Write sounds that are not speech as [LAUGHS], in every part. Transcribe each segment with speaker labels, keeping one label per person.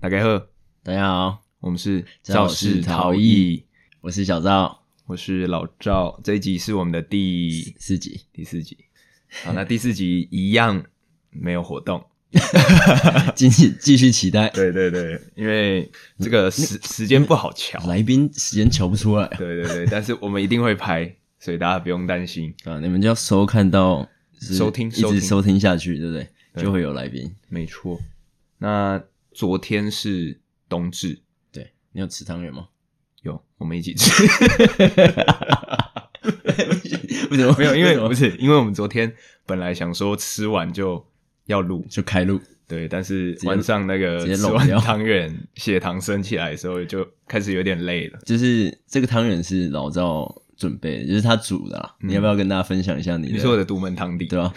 Speaker 1: 大家好，
Speaker 2: 大家好，
Speaker 1: 我们是
Speaker 2: 肇事逃
Speaker 1: 逸，
Speaker 2: 我是小赵，
Speaker 1: 我是老赵。这一集是我们的第
Speaker 2: 四集， [LAUGHS]
Speaker 1: 第四集。好，那第四集一样没有活动。
Speaker 2: 继续继续期待
Speaker 1: 对对对，因为这 [LAUGHS] 个时时间不好瞧。
Speaker 2: 来宾时间瞧不出来啊，
Speaker 1: 对对对，但是我们一定会拍，所以大家不用担心。
Speaker 2: 对啊，你们就要收看到就是
Speaker 1: 收听
Speaker 2: 一
Speaker 1: 收
Speaker 2: 直
Speaker 1: 听
Speaker 2: 收听下去，对不对？
Speaker 1: 对
Speaker 2: 就会有来宾。
Speaker 1: 没错。那昨天是冬至，
Speaker 2: 对你有吃汤
Speaker 1: [LAUGHS]
Speaker 2: 圆吗？
Speaker 1: 有我们一起 [LAUGHS] 吃。
Speaker 2: 为什么
Speaker 1: 没有，因
Speaker 2: 为
Speaker 1: 为
Speaker 2: 什么
Speaker 1: 不是因为我们昨天本来想说吃完就要录，
Speaker 2: 就开录？
Speaker 1: 对，但是
Speaker 2: 接
Speaker 1: 晚上那个
Speaker 2: 直接
Speaker 1: 吃
Speaker 2: 漏
Speaker 1: 完
Speaker 2: 掉
Speaker 1: 汤圆血糖升起来的时候，就开始有点累了。
Speaker 2: 就是这个汤圆是老赵准备的，就是他煮的啦。你要不要跟大家分享一下你的？
Speaker 1: 嗯你是我的独门堂弟，
Speaker 2: 对啊吧？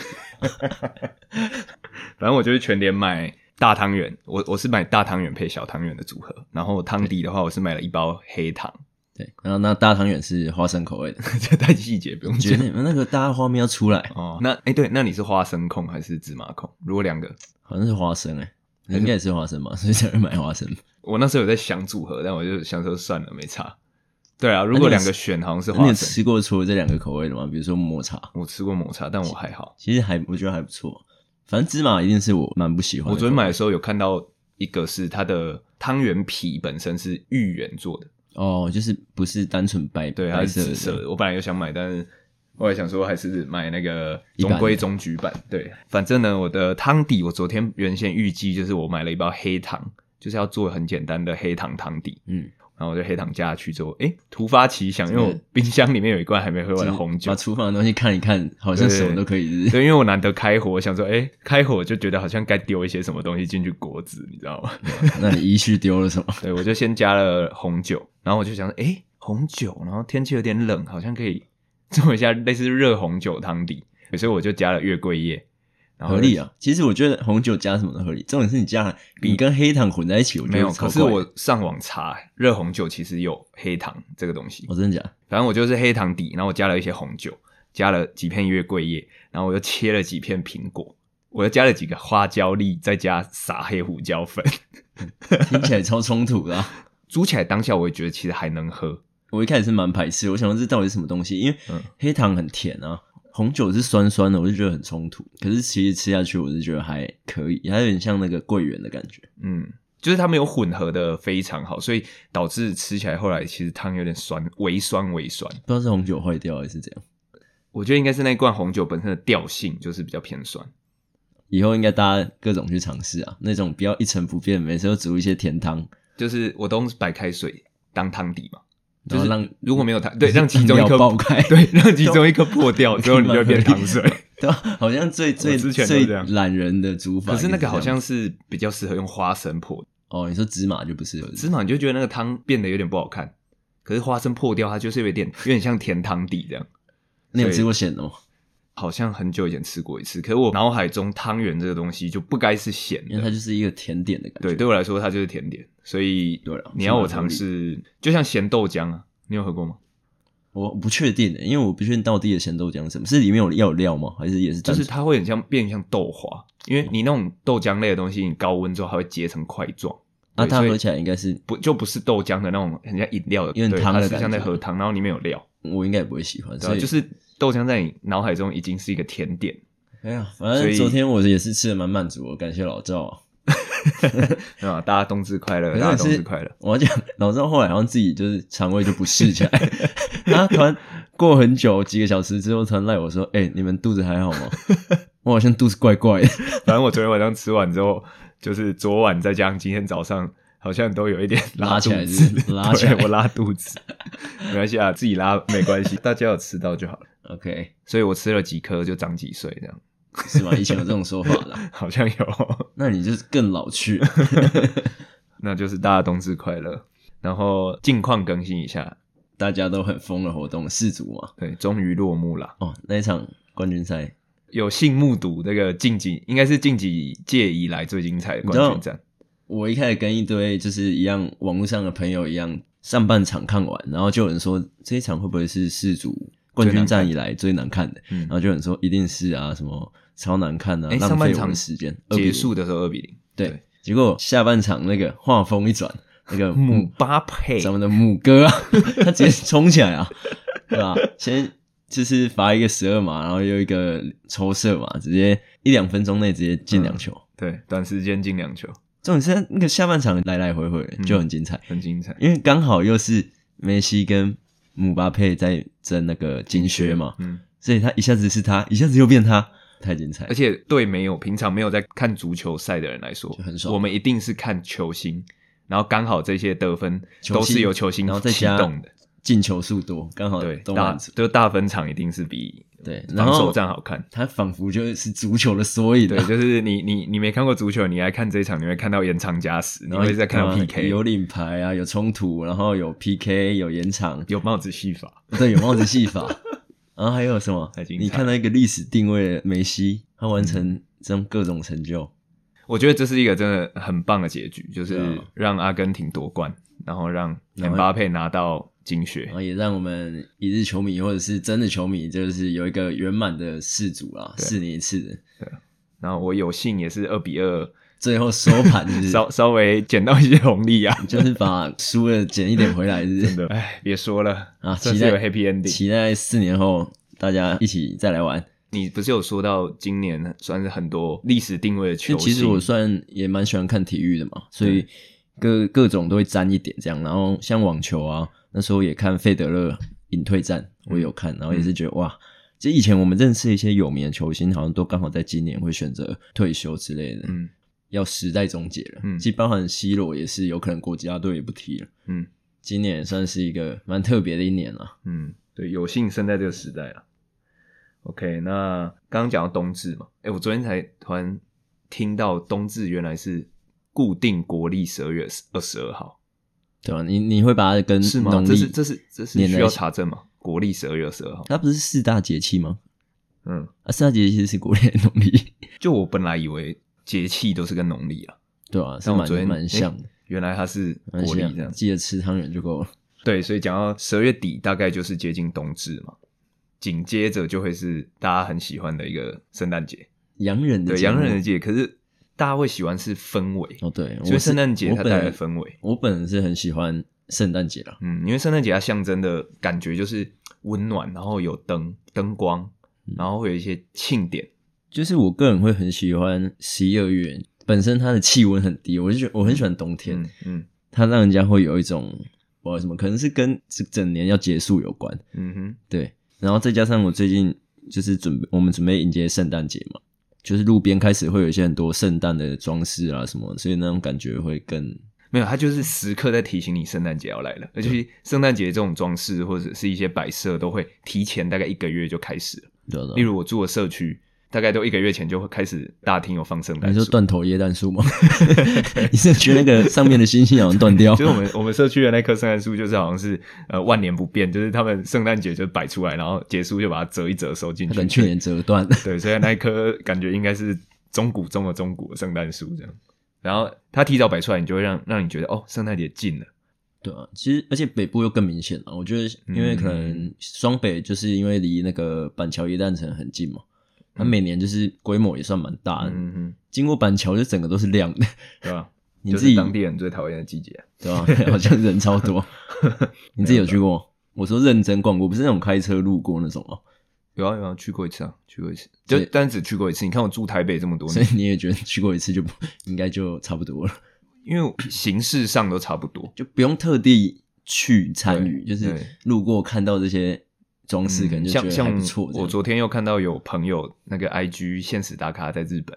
Speaker 1: 反正我就是全年买大汤圆，我我是买大汤圆配小汤圆的组合，然后汤底的话，我是买了一包黑糖， [LAUGHS]
Speaker 2: 对，然后那大汤圆是花生口味的，
Speaker 1: 这太细节不用
Speaker 2: 觉
Speaker 1: 讲。
Speaker 2: 得你们那个大家画面要出来，
Speaker 1: 哦，那哎、对，那你是花生控还是芝麻控？如果两个，
Speaker 2: 好像是花生哎、应该也是花生吧，所以才会买花生。
Speaker 1: 我那时候有在想组合，但我就想说算了，没差。对啊，如果两个选好像是
Speaker 2: 你
Speaker 1: 花
Speaker 2: 有
Speaker 1: 生，
Speaker 2: 吃过除了这两个口味的吗？比如说抹茶，
Speaker 1: 我吃过抹茶，但我还好。
Speaker 2: 其实还我觉得还不错。反正芝麻一定是我蛮不喜欢的。
Speaker 1: 我昨天买的时候有看到一个是它的汤圆皮本身是芋圆做的，
Speaker 2: 哦，就是不是单纯白
Speaker 1: 对，它
Speaker 2: 白
Speaker 1: 是
Speaker 2: 色
Speaker 1: 紫
Speaker 2: 的
Speaker 1: 色的。我本来有想买，但是后来想说还是买那个
Speaker 2: 一
Speaker 1: 中
Speaker 2: 般的
Speaker 1: 规中矩版。对，反正呢，我的汤底我昨天原先预计就是我买了一包黑糖，就是要做很简单的黑糖汤底。
Speaker 2: 嗯，
Speaker 1: 然后我就黑糖加下去之后，哎，突发奇想，因为我
Speaker 2: 嗯
Speaker 1: 冰箱里面有一罐还没喝完的
Speaker 2: 就是
Speaker 1: 红酒
Speaker 2: [LAUGHS] 把，厨房的东西看一看，好像什么都可以是不是
Speaker 1: 对，因为我难得开火，我想说，哎，开火就觉得好像该丢一些什么东西进去锅子，你知道吗？
Speaker 2: 那你一序丢了什么？
Speaker 1: 对，我就先加了红酒，然后我就想说，诶，红酒，然后天气有点冷，好像可以 [LAUGHS] 做一下类似热红酒汤底，所以我就加了月桂叶，然后嗯
Speaker 2: 合理啊。其实我觉得红酒加什么都合理，重点是你加了你跟黑糖混在一起，我觉
Speaker 1: 没
Speaker 2: 得
Speaker 1: 有。
Speaker 2: 超
Speaker 1: 可是
Speaker 2: 怪
Speaker 1: 我上网查，热红酒其实有黑糖这个东西，
Speaker 2: 哦我真的假？
Speaker 1: 反正我就是黑糖底，然后我加了一些红酒，加了几片月桂叶，然后我又切了几片苹果，我又加了几个花椒粒，再加撒黑胡椒粉， [LAUGHS]
Speaker 2: 听起来超冲突的啊、
Speaker 1: 煮起来当下我也觉得其实还能喝，
Speaker 2: 我一开始是蛮排斥，我想说这到底是什么东西，因为
Speaker 1: 嗯
Speaker 2: 黑糖很甜啊，红酒是酸酸的，我就觉得很冲突。可是其实吃下去，我是觉得还可以，它有点像那个桂圆的感觉。
Speaker 1: 嗯，就是他们有混合的非常好，所以导致吃起来后来其实汤有点酸，微酸微酸。
Speaker 2: 不知道是红酒坏掉还是怎样，
Speaker 1: 我觉得应该是那罐红酒本身的调性就是比较偏酸。
Speaker 2: 以后应该大家各种去尝试啊，那种不要一成不变，每次都煮一些甜汤，
Speaker 1: 就是我都是白开水当汤底嘛，就
Speaker 2: 然后
Speaker 1: 是
Speaker 2: 让
Speaker 1: 如果没有汤，对，让其中一
Speaker 2: 料
Speaker 1: 颗
Speaker 2: 爆开，
Speaker 1: 对，让其中一颗破掉之后，你就会变糖水。
Speaker 2: 对吧？好像最最
Speaker 1: 之前都
Speaker 2: 最
Speaker 1: 这样
Speaker 2: 懒人的煮法。
Speaker 1: 可是那个好
Speaker 2: 应该
Speaker 1: 像
Speaker 2: 是
Speaker 1: 是比较适合用花生破，
Speaker 2: 这样哦，你说芝麻就不适合，
Speaker 1: 芝麻你就觉得那个汤变得有点不好看。可是花生破掉，它就是有一点有点像甜汤底这样。
Speaker 2: 你有
Speaker 1: 所以
Speaker 2: 吃过咸的吗？
Speaker 1: 好像很久以前吃过一次，可是我脑海中汤圆这个东西就不该是咸
Speaker 2: 因为它
Speaker 1: 的。
Speaker 2: 就是一个甜点的感觉。
Speaker 1: 对，对我来说它就是甜点，所以
Speaker 2: 对了
Speaker 1: 你要我尝试，就像咸豆浆啊，你有喝过吗？
Speaker 2: 我不确定、欸，因为我不确定到底的咸豆浆是什么，是里面有要有料吗？还是也是
Speaker 1: 就
Speaker 2: 单
Speaker 1: 是
Speaker 2: 纯
Speaker 1: 它会很像变像豆花，因为你那种豆浆类的东西，你高温之后它会结成块状。
Speaker 2: 啊？
Speaker 1: 对
Speaker 2: 它
Speaker 1: 所以
Speaker 2: 喝起来应该是
Speaker 1: 不就不是豆浆的那种，很像饮料的，
Speaker 2: 有点
Speaker 1: 对
Speaker 2: 汤
Speaker 1: 它
Speaker 2: 的
Speaker 1: 是
Speaker 2: 感
Speaker 1: 像在
Speaker 2: 觉
Speaker 1: 喝汤，然后里面有料，
Speaker 2: 我应该也不会喜欢，
Speaker 1: 对吧、
Speaker 2: 所以
Speaker 1: 就是豆浆在你脑海中已经是一个甜点。
Speaker 2: 哎呀，反
Speaker 1: 所
Speaker 2: 正
Speaker 1: 以
Speaker 2: 昨天我也是吃的蛮满足的，感谢老赵、啊。
Speaker 1: 啊，大家冬至快乐，
Speaker 2: 可
Speaker 1: 大家
Speaker 2: 是
Speaker 1: 冬
Speaker 2: 是
Speaker 1: 至快乐。！
Speaker 2: 我要讲老赵后来好像自己就是肠胃就不适起来， [LAUGHS] 他突然过很久几个小时之后，突然赖我说：“哎、你们肚子还好吗？” [LAUGHS] 我好像肚子怪怪的，
Speaker 1: 反正我昨天晚上吃完之后，就是昨晚再加上今天早上，好像都有一点
Speaker 2: 拉
Speaker 1: 肚
Speaker 2: 起来
Speaker 1: 子
Speaker 2: 是不
Speaker 1: [LAUGHS]
Speaker 2: 是，拉
Speaker 1: 对
Speaker 2: 起来
Speaker 1: 我拉肚子， [LAUGHS] 没关系啊，自己拉没关系，大家有吃到就好了。
Speaker 2: OK
Speaker 1: 所以我吃了几颗就长几岁，这样
Speaker 2: 是吗？以前有这种说法啦，
Speaker 1: 好像有。 [LAUGHS]
Speaker 2: 那你就是更老去。
Speaker 1: 那就是大家冬至快乐，然后近况更新一下，
Speaker 2: 大家都很疯的活动，四组嘛，
Speaker 1: 对，终于落幕了。
Speaker 2: 哦，那一场冠军赛
Speaker 1: 有幸目睹这个晋级，应该是近几届以来最精彩的冠军战。
Speaker 2: 我一开始跟一堆就是一样网络上的朋友一样，上半场看完，然后就有人说这一场会不会是世足冠军战以来最难看的？
Speaker 1: 嗯
Speaker 2: 然，后就有人说一定是啊，什么超难看啊，
Speaker 1: 哎
Speaker 2: 浪
Speaker 1: 上半
Speaker 2: 费我
Speaker 1: 场
Speaker 2: 们时间。2比0
Speaker 1: 嗯结束的时候二比零，
Speaker 2: 对
Speaker 1: 对
Speaker 2: 结果下半场那个画风一转，那个
Speaker 1: 姆巴佩
Speaker 2: 嗯咱们的母哥啊， [LAUGHS] 他直接冲起来啊，对吧？先就是罚一个十二码，然后又一个抽射嘛，直接一两分钟内直接进两球。
Speaker 1: 对，短时间进两球，
Speaker 2: 重点是那个下半场来来回回就很精彩，
Speaker 1: 很精彩。
Speaker 2: 因为刚好又是梅西跟姆巴佩在争那个金靴嘛，
Speaker 1: 嗯，
Speaker 2: 所以他一下子是他，一下子又变他，太精彩
Speaker 1: 而。且对没有平常没有在看足球赛的人来说，
Speaker 2: 就很爽
Speaker 1: 我们一定是看球星，然后刚好这些得分
Speaker 2: 球
Speaker 1: 都
Speaker 2: 星
Speaker 1: 是由球星
Speaker 2: 然后再
Speaker 1: 启
Speaker 2: 加呃
Speaker 1: 动的，
Speaker 2: 进球数多，刚好
Speaker 1: 对，
Speaker 2: 都
Speaker 1: 大
Speaker 2: 满足。
Speaker 1: 就大分场一定是比
Speaker 2: 对，然
Speaker 1: 防守
Speaker 2: 后
Speaker 1: 战好看。
Speaker 2: 他仿佛就是足球的缩影啊，
Speaker 1: 对，就是你你你没看过足球，你来看这一场，你会看到延长加时，你
Speaker 2: 然后
Speaker 1: 会再看到
Speaker 2: 干嘛
Speaker 1: PK，
Speaker 2: 有领牌啊，有冲突，然后有 PK，有延长，
Speaker 1: 有帽子戏法，
Speaker 2: 对，有帽子戏
Speaker 1: [LAUGHS]
Speaker 2: 法，然后还有什么
Speaker 1: 太？精彩
Speaker 2: 你看到一个历史定位的梅西，他完成这样各种成就，
Speaker 1: 我觉得这是一个真的很棒的结局，就是
Speaker 2: 对啊
Speaker 1: 让阿根廷夺冠，然后让
Speaker 2: 然
Speaker 1: 姆
Speaker 2: 后啊
Speaker 1: 巴佩拿到金靴
Speaker 2: 然。后也让我们一日球迷或者是真的球迷，就是有一个圆满的世足啊，
Speaker 1: 对
Speaker 2: 四年一次的，
Speaker 1: 然后我有幸也是二比二，
Speaker 2: 最后收盘
Speaker 1: [LAUGHS]
Speaker 2: 就是
Speaker 1: 稍稍微捡到一些红利
Speaker 2: [LAUGHS]
Speaker 1: 啊。
Speaker 2: 就是把输了捡一点回来，是不
Speaker 1: 真
Speaker 2: 是
Speaker 1: 的，哎，别说了
Speaker 2: 啊
Speaker 1: 算是
Speaker 2: 期待
Speaker 1: 有 happy ending。
Speaker 2: 期待四年后大家一起再来玩。
Speaker 1: 你不是有说到今年算是很多历史定位的
Speaker 2: 因
Speaker 1: 球
Speaker 2: 为其实
Speaker 1: 星
Speaker 2: 我算也蛮喜欢看体育的嘛，所以
Speaker 1: 对
Speaker 2: 各各种都会沾一点这样。然后像网球啊，那时候也看费德勒隐退战，我
Speaker 1: 嗯
Speaker 2: 也有看，然后也是觉得哇，就以前我们认识一些有名的球星，好像都刚好在今年会选择退休之类的，
Speaker 1: 嗯
Speaker 2: 要时代终结了。
Speaker 1: 嗯
Speaker 2: 其实包含 C 罗也是有可能国家队也不踢了。
Speaker 1: 嗯
Speaker 2: 今年也算是一个蛮特别的一年啊了、
Speaker 1: 嗯，对，有幸生在这个时代了。OK，那刚刚讲到冬至嘛，哎，我昨天才突然听到冬至原来是固定国历十二月二十二号，
Speaker 2: 对吧、你你会把它跟
Speaker 1: 是吗？
Speaker 2: 农
Speaker 1: 这
Speaker 2: 历
Speaker 1: 是这是这是
Speaker 2: 连在
Speaker 1: 需要
Speaker 2: 一起
Speaker 1: 查证吗？国历十二月二十二号，
Speaker 2: 它不是四大节气吗？
Speaker 1: 嗯，
Speaker 2: 啊，四大节气是国内的农历，
Speaker 1: 就我本来以为节气都是跟农历啊，
Speaker 2: 对啊，是
Speaker 1: 但我
Speaker 2: 蛮
Speaker 1: 昨天
Speaker 2: 蛮像的
Speaker 1: 诶。原来它是
Speaker 2: 蛮
Speaker 1: 国历
Speaker 2: 像
Speaker 1: 这样。
Speaker 2: 记得吃汤圆就够了。
Speaker 1: 对，所以讲到十二月底，大概就是接近冬至嘛，紧接着就会是大家很喜欢的一个圣诞节，
Speaker 2: 洋人的
Speaker 1: 对，
Speaker 2: 节目
Speaker 1: 洋人的节。可是大家会喜欢是氛围，
Speaker 2: 哦，对，
Speaker 1: 所以
Speaker 2: 我是
Speaker 1: 圣诞节
Speaker 2: 我
Speaker 1: 它
Speaker 2: 本
Speaker 1: 带来
Speaker 2: 人
Speaker 1: 的氛围，
Speaker 2: 我本人是很喜欢圣诞节啦，
Speaker 1: 嗯，因为圣诞节它象征的感觉就是温暖，然后有灯灯光，
Speaker 2: 嗯
Speaker 1: 然后会有一些庆典，
Speaker 2: 就是我个人会很喜欢十一二月，本身它的气温很低，我就觉得我很喜欢冬天，
Speaker 1: 嗯嗯
Speaker 2: 它让人家会有一种不知道为什么，可能是跟这整年要结束有关，
Speaker 1: 嗯哼，
Speaker 2: 对，然后再加上我最近就是准备我们准备迎接圣诞节嘛。就是路边开始会有一些很多圣诞的装饰啊什么，所以那种感觉会更
Speaker 1: 没有，它就是时刻在提醒你圣诞节要来了，而且圣诞节这种装饰或者是一些摆设都会提前大概一个月就开始了。
Speaker 2: 对啊对啊
Speaker 1: 例如我住的社区，大概都一个月前就会开始大厅有放圣诞
Speaker 2: 你说
Speaker 1: 树。
Speaker 2: 断头椰蛋树 [LAUGHS] 吗？你是觉得那个上面的星星好像断 [LAUGHS] 掉
Speaker 1: 就是？我们我们社区的那棵圣诞树，就是好像是呃万年不变，就是他们圣诞节就摆出来，然后结束就把它折一折收进
Speaker 2: 它
Speaker 1: 去。
Speaker 2: 等去年折断。
Speaker 1: 对，所以那一棵感觉应该是中古中的中古的圣诞树这样。然后它提早摆出来，你就会让让你觉得哦，圣诞节近了。
Speaker 2: [LAUGHS] 对啊，其实而且北部又更明显了。我觉得，因为可能双北就是因为离那个板桥椰蛋城很近嘛，它
Speaker 1: 嗯
Speaker 2: 每年就是规模也算蛮大的。
Speaker 1: 嗯嗯，
Speaker 2: 经过板桥就整个都是亮的， [LAUGHS]
Speaker 1: 对吧？
Speaker 2: 你
Speaker 1: 就
Speaker 2: 自
Speaker 1: 是
Speaker 2: 己
Speaker 1: 当地人最讨厌的季节。
Speaker 2: [LAUGHS]
Speaker 1: 啊
Speaker 2: 对吧、好像人超 [LAUGHS] 多。你自己有去过吗？我说认真逛过，不是那种开车路过那种哦、
Speaker 1: 有啊有啊，去过一次啊，去过一次，就
Speaker 2: 对
Speaker 1: 但只去过一次。你看我住台北这么多
Speaker 2: 所
Speaker 1: 年
Speaker 2: 以，你也觉得去过一次就不应该就差不多了。
Speaker 1: 因为形式上都差不多。
Speaker 2: 就不用特地去参与，
Speaker 1: 对
Speaker 2: 就是
Speaker 1: 对
Speaker 2: 路过看到这些装饰，可能
Speaker 1: 嗯
Speaker 2: 就觉
Speaker 1: 像
Speaker 2: 得还
Speaker 1: 像
Speaker 2: 不错这样。
Speaker 1: 我昨天又看到有朋友那个 IG 现实打卡在日本，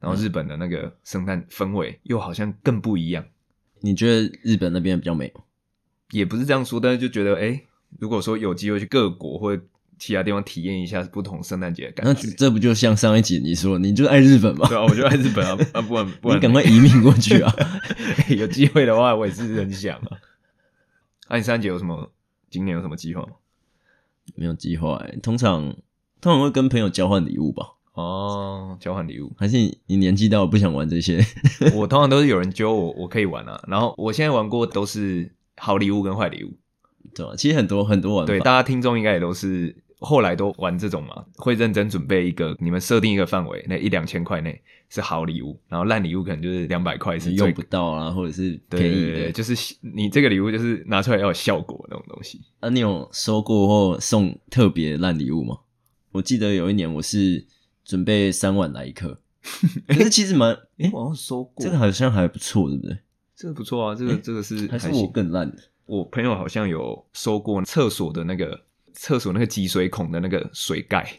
Speaker 1: 然
Speaker 2: 嗯
Speaker 1: 后日本的那个圣诞氛围又好像更不一样，
Speaker 2: 你觉得日本那边比较美吗？
Speaker 1: 也不是这样说，但是就觉得哎、诶如果说有机会去各国或者其他地方体验一下不同圣诞节的
Speaker 2: 那
Speaker 1: 感觉
Speaker 2: 这，这不就像上一集你说，你就爱日本嘛，
Speaker 1: 对啊，我
Speaker 2: [LAUGHS]
Speaker 1: 就爱日本啊，啊不然不
Speaker 2: 你
Speaker 1: 然
Speaker 2: 赶快移民过去啊！
Speaker 1: [LAUGHS]
Speaker 2: [LAUGHS]
Speaker 1: 有机会的话，我也是很想啊。那、你圣诞节有什么？今年有什么计划吗？
Speaker 2: 没有计划欸、通常通常会跟朋友交换礼物吧？
Speaker 1: 哦，交换礼物。
Speaker 2: 还是你你年纪到了不想玩这些？ [LAUGHS]
Speaker 1: 我通常都是有人揪我，我可以玩啊。然后我现在玩过都是好礼物跟坏礼物，
Speaker 2: 对吧、其实很多很多玩法，
Speaker 1: 对，大家听众应该也都是后来都玩这种嘛，会认真准备一个，你们设定一个范围，那一两千块内是好礼物，然后烂礼物可能就是两百块是最
Speaker 2: 用不到啊，或者是
Speaker 1: 对对
Speaker 2: 便
Speaker 1: 对
Speaker 2: 宜
Speaker 1: 对
Speaker 2: 的。
Speaker 1: 就是你这个礼物就是拿出来要有效果那种东西。
Speaker 2: 啊，你有收过或送特别烂礼物吗？我记得有一年我是准备三碗来客， [LAUGHS] 可是其实蛮，诶、
Speaker 1: 我好像收过
Speaker 2: 这个好像还不错，对不对？
Speaker 1: 这个不错啊，这个这个是
Speaker 2: 还是
Speaker 1: 行
Speaker 2: 我更烂的？
Speaker 1: 我朋友好像有收过厕所的那个厕所那个集水孔的那个水盖，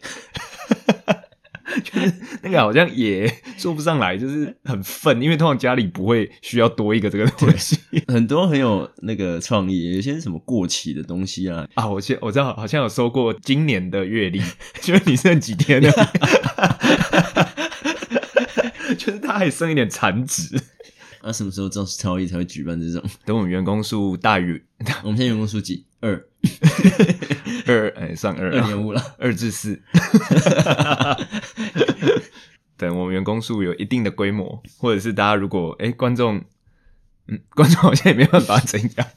Speaker 1: [LAUGHS] 就是那个好像也说不上来，就是很愤，因为通常家里不会需要多一个这个东西
Speaker 2: 很多很有那个创意，有些是什么过期的东西啊，
Speaker 1: 啊。我现我知道好像有收过今年的月历， [LAUGHS] 就是你剩几天了， [LAUGHS] 就是他还剩一点残值。
Speaker 2: 啊，什么时候这种超艺才会举办这
Speaker 1: [LAUGHS]
Speaker 2: 种？
Speaker 1: 等我们员工数大于
Speaker 2: 我们现在员工数几？二
Speaker 1: 二，哎，上二
Speaker 2: 二
Speaker 1: 啊，
Speaker 2: 点五了。
Speaker 1: 二至
Speaker 2: [LAUGHS]
Speaker 1: 四。等我们员工数有一定的规模，或者是大家如果哎、诶观众，嗯， [LAUGHS] 观众好像也没办法增加，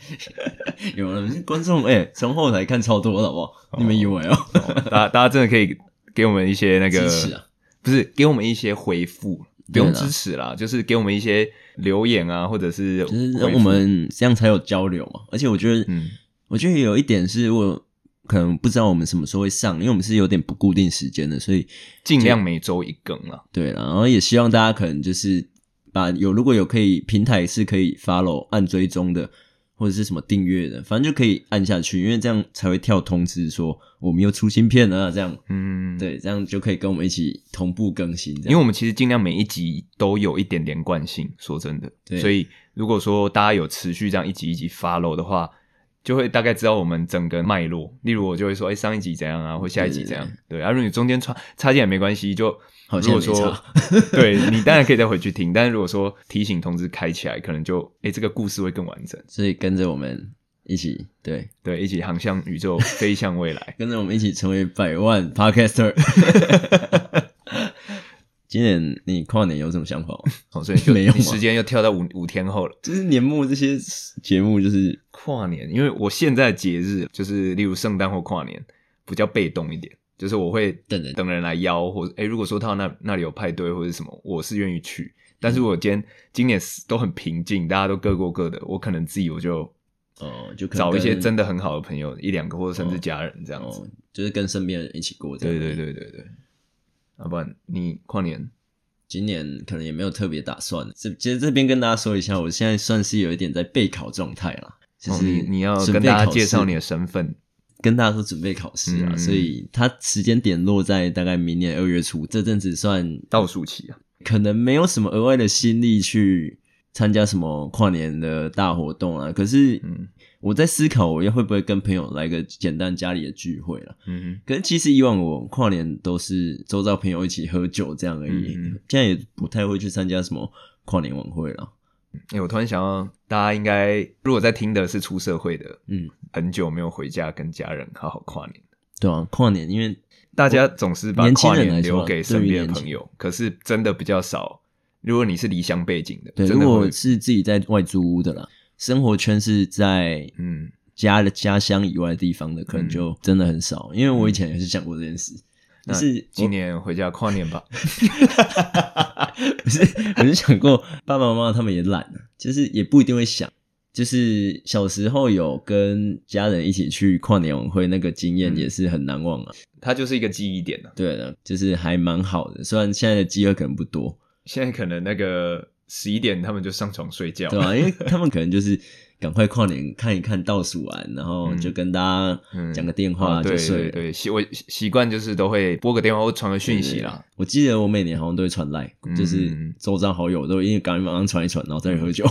Speaker 2: 有人观众哎，从、后台看超多了，好不好？你们以为哦？
Speaker 1: 哦大家大家真的可以给我们一些那
Speaker 2: [LAUGHS]
Speaker 1: 个，
Speaker 2: 支持啊
Speaker 1: 不是给我们一些回复，不
Speaker 2: 对啦
Speaker 1: 用支持啦，就是给我们一些留言啊，或者是
Speaker 2: 就是
Speaker 1: 回
Speaker 2: 让
Speaker 1: 复
Speaker 2: 我们这样才有交流嘛。而且我觉得，
Speaker 1: 嗯
Speaker 2: 我觉得有一点是我可能不知道我们什么时候会上，因为我们是有点不固定时间的，所以
Speaker 1: 尽量每周一更啦。
Speaker 2: 对啦，然后也希望大家可能就是把有如果有可以平台是可以 follow 按追踪的，或者是什么订阅的，反正就可以按下去，因为这样才会跳通知说我们又出新片了啊，这样
Speaker 1: 嗯，，
Speaker 2: 对，这样就可以跟我们一起同步更新。这
Speaker 1: 因为
Speaker 2: 样
Speaker 1: 我们其实尽量每一集都有一点连贯性，说真的，
Speaker 2: 对
Speaker 1: 所以如果说大家有持续这样一集一集 follow 的话，就会大概知道我们整个脉络。例如我就会说，哎、上一集怎样啊，或下一集怎样，对。啊，如果你中间插插进来没关系，就
Speaker 2: 好
Speaker 1: 如
Speaker 2: 像
Speaker 1: 果
Speaker 2: 也没
Speaker 1: 说
Speaker 2: 差
Speaker 1: 对你当然可以再回去听，但是如果说提醒通知开起来，可能就哎、这个故事会更完整，
Speaker 2: 所以跟着我们 [LAUGHS] 一起，对，
Speaker 1: 对，一起航向宇宙，飞向未来。
Speaker 2: 跟着我们一起成为百万 podcaster。今年你跨年有什么想法吗？
Speaker 1: 哦，所以就
Speaker 2: [LAUGHS] 没有啊
Speaker 1: 你
Speaker 2: 吗
Speaker 1: 时间又跳到五五天后了。
Speaker 2: 就是年末这些节目，就是
Speaker 1: 跨年，因为我现在节日就是例如圣诞或跨年比较被动一点，就是我会
Speaker 2: 等人
Speaker 1: 等人来邀，或者诶、如果说他那那里有派对或者什么，我是愿意去。
Speaker 2: 嗯
Speaker 1: 但是我今天今年都很平静，大家都各过各的，我可能自己我就
Speaker 2: 哦，就可能
Speaker 1: 找一些
Speaker 2: 跟
Speaker 1: 真的很好的朋友，一两个或者甚至家人这样子。
Speaker 2: 哦，就是跟身边的人一起过这
Speaker 1: 对
Speaker 2: 样。
Speaker 1: 对，对对对，要、不然你跨年
Speaker 2: 今年可能也没有特别打算。这其实这边跟大家说一下，我现在算是有一点在备考状态啦，就
Speaker 1: 哦
Speaker 2: 是、
Speaker 1: 你你要跟大家介绍你的身份，
Speaker 2: 跟大家说准备考试啊，
Speaker 1: 嗯
Speaker 2: 所以它时间点落在大概明年二月初，这阵子算
Speaker 1: 倒数期啊。
Speaker 2: 可能没有什么额外的心力去参加什么跨年的大活动啊。可是
Speaker 1: 嗯
Speaker 2: 我在思考，我要会不会跟朋友来个简单家里的聚会啦。
Speaker 1: 嗯
Speaker 2: 可是其实以往我跨年都是周遭朋友一起喝酒这样而已，
Speaker 1: 嗯嗯
Speaker 2: 现在也不太会去参加什么跨年晚会了。
Speaker 1: 哼，哎、我突然想到，大家应该如果在听的是出社会的，
Speaker 2: 嗯，
Speaker 1: 很久没有回家跟家人好好跨年。
Speaker 2: 对啊，跨年因为
Speaker 1: 大家总是把
Speaker 2: 年轻
Speaker 1: 跨
Speaker 2: 人
Speaker 1: 年
Speaker 2: 来说
Speaker 1: 留
Speaker 2: 啊
Speaker 1: 给
Speaker 2: 对
Speaker 1: 身
Speaker 2: 于
Speaker 1: 边的
Speaker 2: 年
Speaker 1: 朋
Speaker 2: 轻
Speaker 1: 友，可是真的比较少。如果你是离乡背景的，
Speaker 2: 对，
Speaker 1: 真
Speaker 2: 如
Speaker 1: 的
Speaker 2: 果
Speaker 1: 会，
Speaker 2: 是自己在外租屋的啦，生活圈是在
Speaker 1: 嗯，
Speaker 2: 家的家乡以外的地方的，可能
Speaker 1: 嗯
Speaker 2: 就真的很少。因为我以前也是讲过这件事，
Speaker 1: 那
Speaker 2: 但是
Speaker 1: 今年回家跨年吧。
Speaker 2: [LAUGHS] 不是，我就想过爸爸妈妈他们也懒啊，就是也不一定会想。就是小时候有跟家人一起去跨年晚会，那个经验
Speaker 1: 嗯
Speaker 2: 也是很难忘啊。
Speaker 1: 它就是一个记忆点了、啊
Speaker 2: 对的，就是还蛮好的，虽然现在的饥饿可能不多，
Speaker 1: 现在可能那个十一点他们就上床睡觉，
Speaker 2: 对吧、啊因为他们可能就是赶快跨年看一看倒数完，然后
Speaker 1: 嗯
Speaker 2: 就跟大家
Speaker 1: 嗯
Speaker 2: 讲个电
Speaker 1: 哦
Speaker 2: 话
Speaker 1: 对
Speaker 2: 啊就睡
Speaker 1: 对
Speaker 2: 了。
Speaker 1: 对，习我习惯就是都会拨个电话或传个讯息啦。
Speaker 2: 我记得我每年好像都会传赖，
Speaker 1: 嗯
Speaker 2: 就是周遭好友都因为赶紧马上传一传，然后再去喝酒。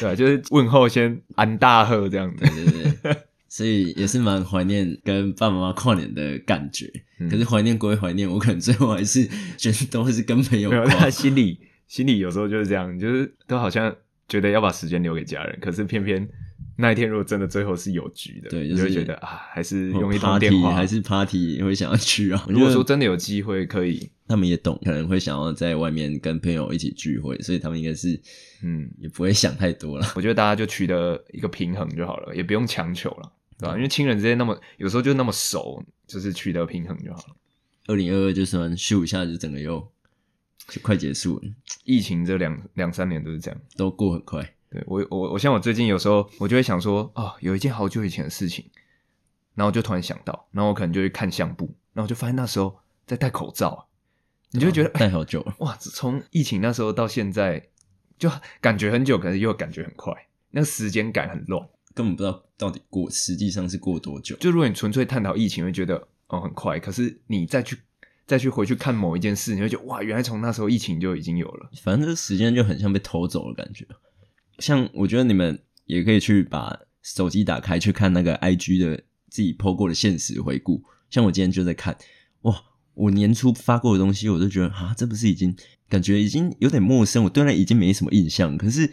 Speaker 1: 对啊，就是问候先安大贺这样子。
Speaker 2: 对对对， [LAUGHS] 所以也是蛮怀念跟爸爸妈妈跨年的感觉。
Speaker 1: 嗯
Speaker 2: 可是怀念归怀念，我可能最后还是觉得都是跟朋友
Speaker 1: 没有，
Speaker 2: 跨
Speaker 1: 他。心里 [LAUGHS] 心里有时候就是这样，就是都好像觉得要把时间留给家人，可是偏偏那一天如果真的最后是有局的，
Speaker 2: 对
Speaker 1: 你
Speaker 2: 就
Speaker 1: 就是会觉得啊，还是
Speaker 2: 或
Speaker 1: 用一通
Speaker 2: party
Speaker 1: 电话。
Speaker 2: 还是 party 会想要去啊？
Speaker 1: [LAUGHS] 如果说
Speaker 2: 我觉得
Speaker 1: 真的有机会可以，
Speaker 2: 他们也懂，可能会想要在外面跟朋友一起聚会，所以他们应该是
Speaker 1: 嗯，
Speaker 2: 也不会想太多了。
Speaker 1: 我觉得大家就取得一个平衡就好了，也不用强求了。对吧？因为亲人之间那么有时候就那么熟，就是取得平衡就好了。
Speaker 2: [LAUGHS] 二零二二就算咻一下就整个又就快结束了，
Speaker 1: 疫情这两两三年都是这样。
Speaker 2: 都过很快。
Speaker 1: 对我我我像我最近有时候我就会想说啊、有一件好久以前的事情，然后就突然想到，然后我可能就去看相簿，然后我就发现那时候在戴口罩，啊你就会觉得、哎
Speaker 2: 待啊好久了，
Speaker 1: 哇，自从疫情那时候到现在，就感觉很久，可是又感觉很快，那个时间感很乱。
Speaker 2: 根本不知道到底过实际上是过多久。
Speaker 1: 就如果你纯粹探讨疫情，会觉得哦很快，可是你再去再去回去看某一件事，你会觉得哇，原来从那时候疫情就已经有了。
Speaker 2: 反正这个时间就很像被偷走的感觉。像我觉得你们也可以去把手机打开去看那个 IG 的自己 PO 过的现实回顾。像我今天就在看，哇，我年初发过的东西，我都觉得啊，这不是已经感觉已经有点陌生，我对那已经没什么印象。可是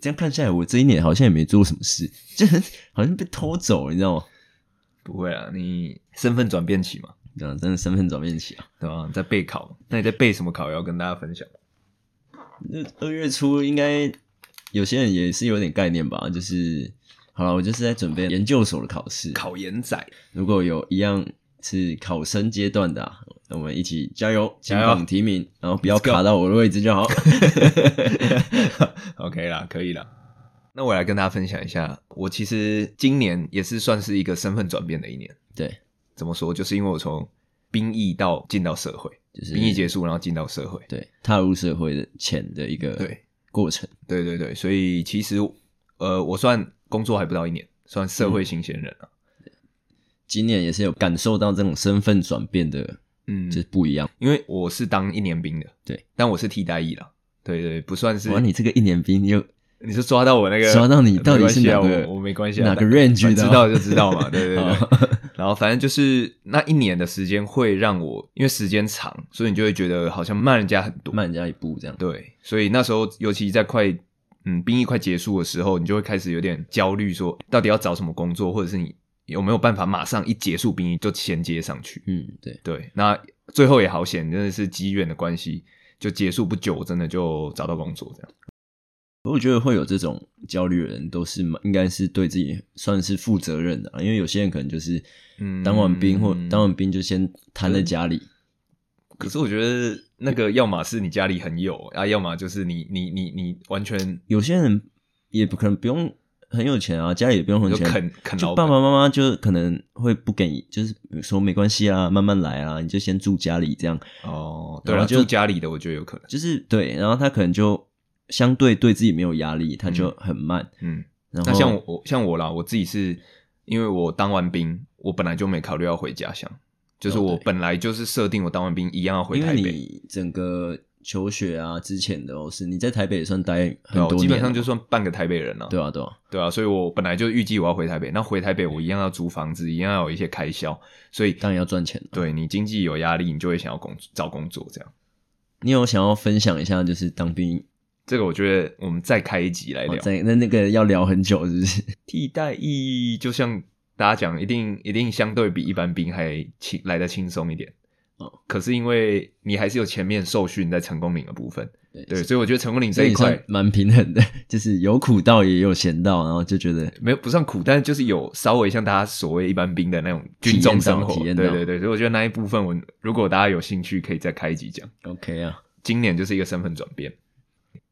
Speaker 2: 这样看下来，我这一年好像也没做什么事， [LAUGHS] 就很好像被偷走了，你知道吗？
Speaker 1: 不会啊，你身份转变期嘛，
Speaker 2: 对啊，真的身份转变期啊！
Speaker 1: 对吧？你在备考，那你在备什么考？也要跟大家分享。
Speaker 2: 那二月初应该有些人也是有点概念吧，就是好了，我就是在准备研究所的考试。
Speaker 1: 考研仔，
Speaker 2: 如果有一样是考生阶段的、啊，我们一起加油，金
Speaker 1: 加油
Speaker 2: 榜题名，然后不要
Speaker 1: Let's go
Speaker 2: 卡到我的位置
Speaker 1: [LAUGHS]
Speaker 2: 就好。
Speaker 1: [LAUGHS] OK 啦，可以啦。那我来跟大家分享一下，我其实今年也是算是一个身份转变的一年。
Speaker 2: 对，
Speaker 1: 怎么说？就是因为我从兵役到进到社会，
Speaker 2: 就是
Speaker 1: 兵役结束，然后进到社会。
Speaker 2: 对，踏入社会的前的一个
Speaker 1: 对
Speaker 2: 过程，
Speaker 1: 对对对，所以其实呃，我算工作还不到一年，算社会新鲜人啊。
Speaker 2: 今年也是有感受到这种身份转变的，
Speaker 1: 嗯，
Speaker 2: 就是不一样。
Speaker 1: 因为我是当一年兵的，
Speaker 2: 对，
Speaker 1: 但我是替代役啦。对对，不算是
Speaker 2: 哇，你这个一年兵又
Speaker 1: 你是抓到我那个
Speaker 2: 抓到你到
Speaker 1: 没
Speaker 2: 底
Speaker 1: 关
Speaker 2: 是
Speaker 1: 系啊
Speaker 2: 哪个
Speaker 1: 我我没关系啊，
Speaker 2: 哪个
Speaker 1: 但
Speaker 2: range
Speaker 1: 反
Speaker 2: 的
Speaker 1: 正
Speaker 2: 啊
Speaker 1: 知道就知道嘛，对对对
Speaker 2: [LAUGHS] 好。
Speaker 1: 然后反正就是那一年的时间会让我，因为时间长，所以你就会觉得好像慢人家很多。
Speaker 2: 慢人家一步这样。
Speaker 1: 对，所以那时候尤其在快嗯兵役快结束的时候，你就会开始有点焦虑，说到底要找什么工作，或者是你有没有办法马上一结束兵役就衔接上去。
Speaker 2: 嗯，对，
Speaker 1: 对，那最后也好险，真的是机缘的关系，就结束不久，我真的就找到工作这样。
Speaker 2: 我觉得会有这种焦虑的人，都是蛮应该是对自己算是负责任的啊、因为有些人可能就是，
Speaker 1: 嗯
Speaker 2: 当完兵或当完兵就先瘫在家里，
Speaker 1: 可是我觉得那个，要么是你家里很有啊，要么就是你你你你完全
Speaker 2: 有些人也不可能不用很有钱啊，家里也不用很有
Speaker 1: 就
Speaker 2: 钱，
Speaker 1: 啃啃
Speaker 2: 就
Speaker 1: 老
Speaker 2: 爸
Speaker 1: 本
Speaker 2: 爸妈妈就可能会不给你，就是说没关系啊，慢慢来啊，你就先住家里这样，
Speaker 1: 哦，对
Speaker 2: 然
Speaker 1: 了，
Speaker 2: 后就
Speaker 1: 住家里的我觉得有可能，
Speaker 2: 就是对，然后他可能就相对对自己没有压力，他就很慢。
Speaker 1: 嗯，
Speaker 2: 然后
Speaker 1: 那像我我像我啦，我自己是因为我当完兵，我本来就没考虑要回家乡，就是
Speaker 2: 哦
Speaker 1: 我
Speaker 2: 对
Speaker 1: 本来就是设定我当完兵一样要回
Speaker 2: 因
Speaker 1: 台
Speaker 2: 为
Speaker 1: 北，
Speaker 2: 你整个求学啊之前的、哦，是你在台北也算待很
Speaker 1: 对啊，
Speaker 2: 多
Speaker 1: 我
Speaker 2: 年了，
Speaker 1: 基本上就算半个台北人了，
Speaker 2: 对啊对啊，
Speaker 1: 对啊，所以我本来就预计我要回台北，那回台北我一样要租房子，一样要有一些开销，所以
Speaker 2: 当然要赚钱。啊
Speaker 1: 对你经济有压力，你就会想要工找工作这样。
Speaker 2: 你有想要分享一下，就是当兵
Speaker 1: 这个我觉得我们再开一集来聊。
Speaker 2: 哦在那那个要聊很久，是不是？
Speaker 1: 替代役就像大家讲，一定一定相对比一般兵还轻来的轻松一点。
Speaker 2: 哦
Speaker 1: 可是因为你还是有前面受训在成功岭的部分，[LAUGHS]
Speaker 2: 对
Speaker 1: 对，所以我觉得成功岭
Speaker 2: 所
Speaker 1: 这
Speaker 2: 以
Speaker 1: 一
Speaker 2: 你
Speaker 1: 块
Speaker 2: 算蛮平衡的， [LAUGHS] 就是有苦到也有咸到，然后就觉
Speaker 1: [LAUGHS]
Speaker 2: 得
Speaker 1: 没有不算苦，但是就是有稍微像大家所谓一般兵的那种军中生活，
Speaker 2: 体
Speaker 1: 对
Speaker 2: 验到哦
Speaker 1: 对对，所以我觉得那一部分我如果大家有兴趣，可以再开一集讲。
Speaker 2: OK 啊。
Speaker 1: 今年就是一个身份转变，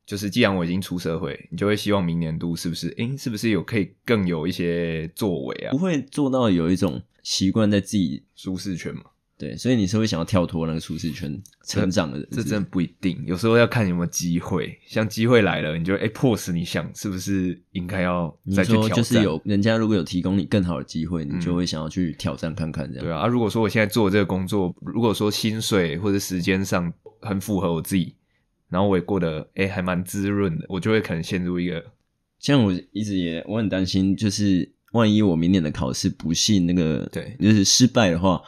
Speaker 1: 就是既然我已经出社会，你就会希望明年度是不是，诶，是不是有可以更有一些作为啊
Speaker 2: 不，会做到有一种习惯在自己
Speaker 1: 舒适圈嘛？
Speaker 2: 对，所以你是会想要跳脱那个舒适圈成长的人，
Speaker 1: 这
Speaker 2: 是不是
Speaker 1: 真的不一定，有时候要看有没有机会。像机会来了，你就哎、迫使你想是不是应该要
Speaker 2: 你
Speaker 1: 再去挑
Speaker 2: 说
Speaker 1: 战？
Speaker 2: 就是有人家如果有提供你更好的机会，你就会想要去挑战看看这样。
Speaker 1: 对啊啊如果说我现在做这个工作，如果说薪水或者时间上很符合我自己，然后我也过得哎、还蛮滋润的，我就会可能陷入一个
Speaker 2: 像我一直也我很担心，就是万一我明年的考试不幸那个
Speaker 1: 对
Speaker 2: 就是失败的话，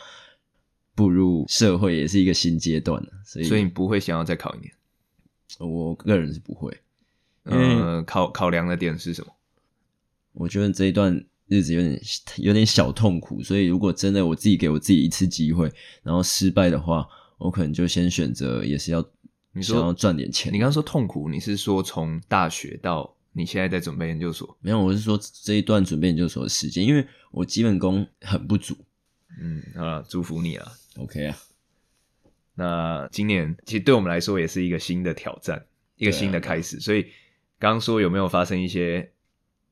Speaker 2: 步入社会也是一个新阶段了所以
Speaker 1: 所以你不会想要再考一年。
Speaker 2: 我个人是不会，因为
Speaker 1: 呃，考考量的点是什么？
Speaker 2: 我觉得这一段日子有点有点小痛苦，所以如果真的我自己给我自己一次机会，然后失败的话，我可能就先选择也是要
Speaker 1: 你说
Speaker 2: 想要赚点钱
Speaker 1: 你，刚刚说痛苦，你是说从大学到你现在在准备研究所，
Speaker 2: 没有，我是说这一段准备研究所的时间，因为我基本功很不足。
Speaker 1: 嗯，好了，祝福你啊。
Speaker 2: OK 啊，
Speaker 1: 那今年其实对我们来说也是一个新的挑战，一个
Speaker 2: 对啊
Speaker 1: 新的开始。所以刚刚说有没有发生一些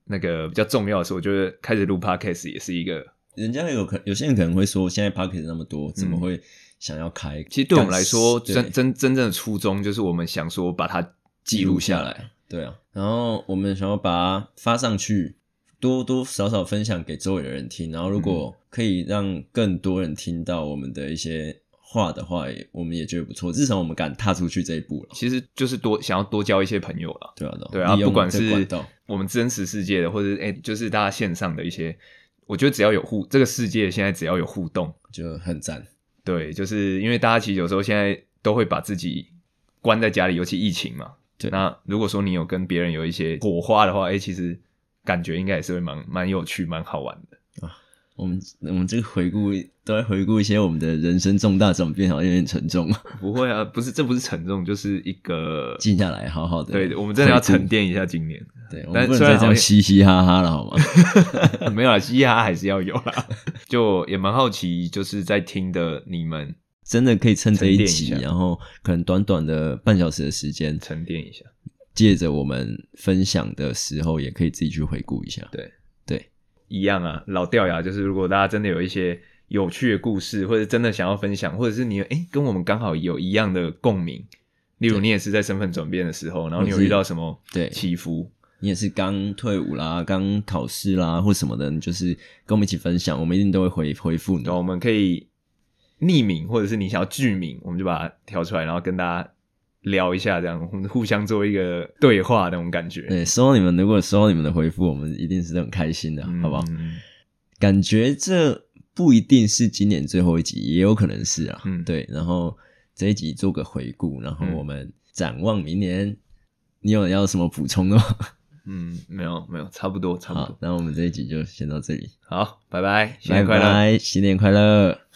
Speaker 1: 那个比较重要的事？我觉得开始录 podcast 也是一个，
Speaker 2: 人家有可有些人可能会说，现在 p o c k e t 那么多，怎么
Speaker 1: 嗯
Speaker 2: 会想要开？
Speaker 1: 其实对我们来说，
Speaker 2: 对
Speaker 1: 真真真正的初衷就是我们想说把它记录下来。。
Speaker 2: 对啊，然后我们想要把它发上去，多多少少分享给周围的人听。然后如
Speaker 1: 嗯
Speaker 2: 果可以让更多人听到我们的一些话的话，也我们也觉得不错。至少我们敢踏出去这一步了。
Speaker 1: 其实就是多想要多交一些朋友了。
Speaker 2: 对啊，
Speaker 1: 对啊，
Speaker 2: 利用
Speaker 1: 不管
Speaker 2: 这
Speaker 1: 是
Speaker 2: 管道
Speaker 1: 我们真实世界的，或者哎、就是大家线上的一些，我觉得只要有互，这个世界现在只要有互动，
Speaker 2: 就很赞。
Speaker 1: 对，就是因为大家其实有时候现在都会把自己关在家里，尤其疫情嘛。
Speaker 2: 对
Speaker 1: 那如果说你有跟别人有一些火花的话，哎、其实感觉应该也是会蛮蛮有趣、蛮好玩的。
Speaker 2: 我们我们这个回顾都在回顾一些我们的人生重大转变，好像有点沉重。
Speaker 1: [LAUGHS] 不会啊，不是，这不是沉重，就是一个
Speaker 2: 静下来，好好的。
Speaker 1: 对，我们真的要沉
Speaker 2: 淀。
Speaker 1: 淀一下今年。 [LAUGHS]
Speaker 2: 对，我
Speaker 1: 但
Speaker 2: 们不能
Speaker 1: 虽然好
Speaker 2: 再这
Speaker 1: 像
Speaker 2: 样嘻嘻哈哈了，好吗？
Speaker 1: 没有啦，嘻哈还是要有啦。 [LAUGHS] 就也蛮好奇，就是在听的你们
Speaker 2: 真的可以趁这
Speaker 1: 沉淀
Speaker 2: 一
Speaker 1: 一
Speaker 2: 集，
Speaker 1: 下
Speaker 2: 然后可能短短的半小时的时间，
Speaker 1: 沉淀一下。
Speaker 2: 借着我们分享的时候，也可以自己去回顾一下。
Speaker 1: 对
Speaker 2: 对，
Speaker 1: 一样啊，老掉牙，就是如果大家真的有一些有趣的故事，或者真的想要分享，或者是你哎、诶跟我们刚好有一样的共鸣，例如
Speaker 2: 对
Speaker 1: 你也是在身份转变的时候，然后你有
Speaker 2: 或是
Speaker 1: 遇到什么
Speaker 2: 对
Speaker 1: 起伏，
Speaker 2: 你也是刚退伍啦，刚考试啦，或什么的，你就是跟我们一起分享，我们一定都会回回复你
Speaker 1: 然。后我们可以匿名，或者是你想要具名，我们就把它挑出来，然后跟大家聊一下，这样我们互相做一个对话那种感觉，
Speaker 2: 对，收到你们，如果收到你们的回复，我们一定是很开心的，
Speaker 1: 嗯
Speaker 2: 好不好？
Speaker 1: 嗯
Speaker 2: 感觉这不一定是今年最后一集，也有可能是啊。
Speaker 1: 嗯
Speaker 2: 对。然后这一集做个回顾，然后
Speaker 1: 嗯
Speaker 2: 我们展望明年。你有要什么补充的吗？
Speaker 1: 嗯，没有没有，差不多差不
Speaker 2: 好
Speaker 1: 多，，
Speaker 2: 那我们这一集就先到这里，
Speaker 1: 好，拜拜，新
Speaker 2: 拜
Speaker 1: 年快乐。
Speaker 2: 拜，新年快乐！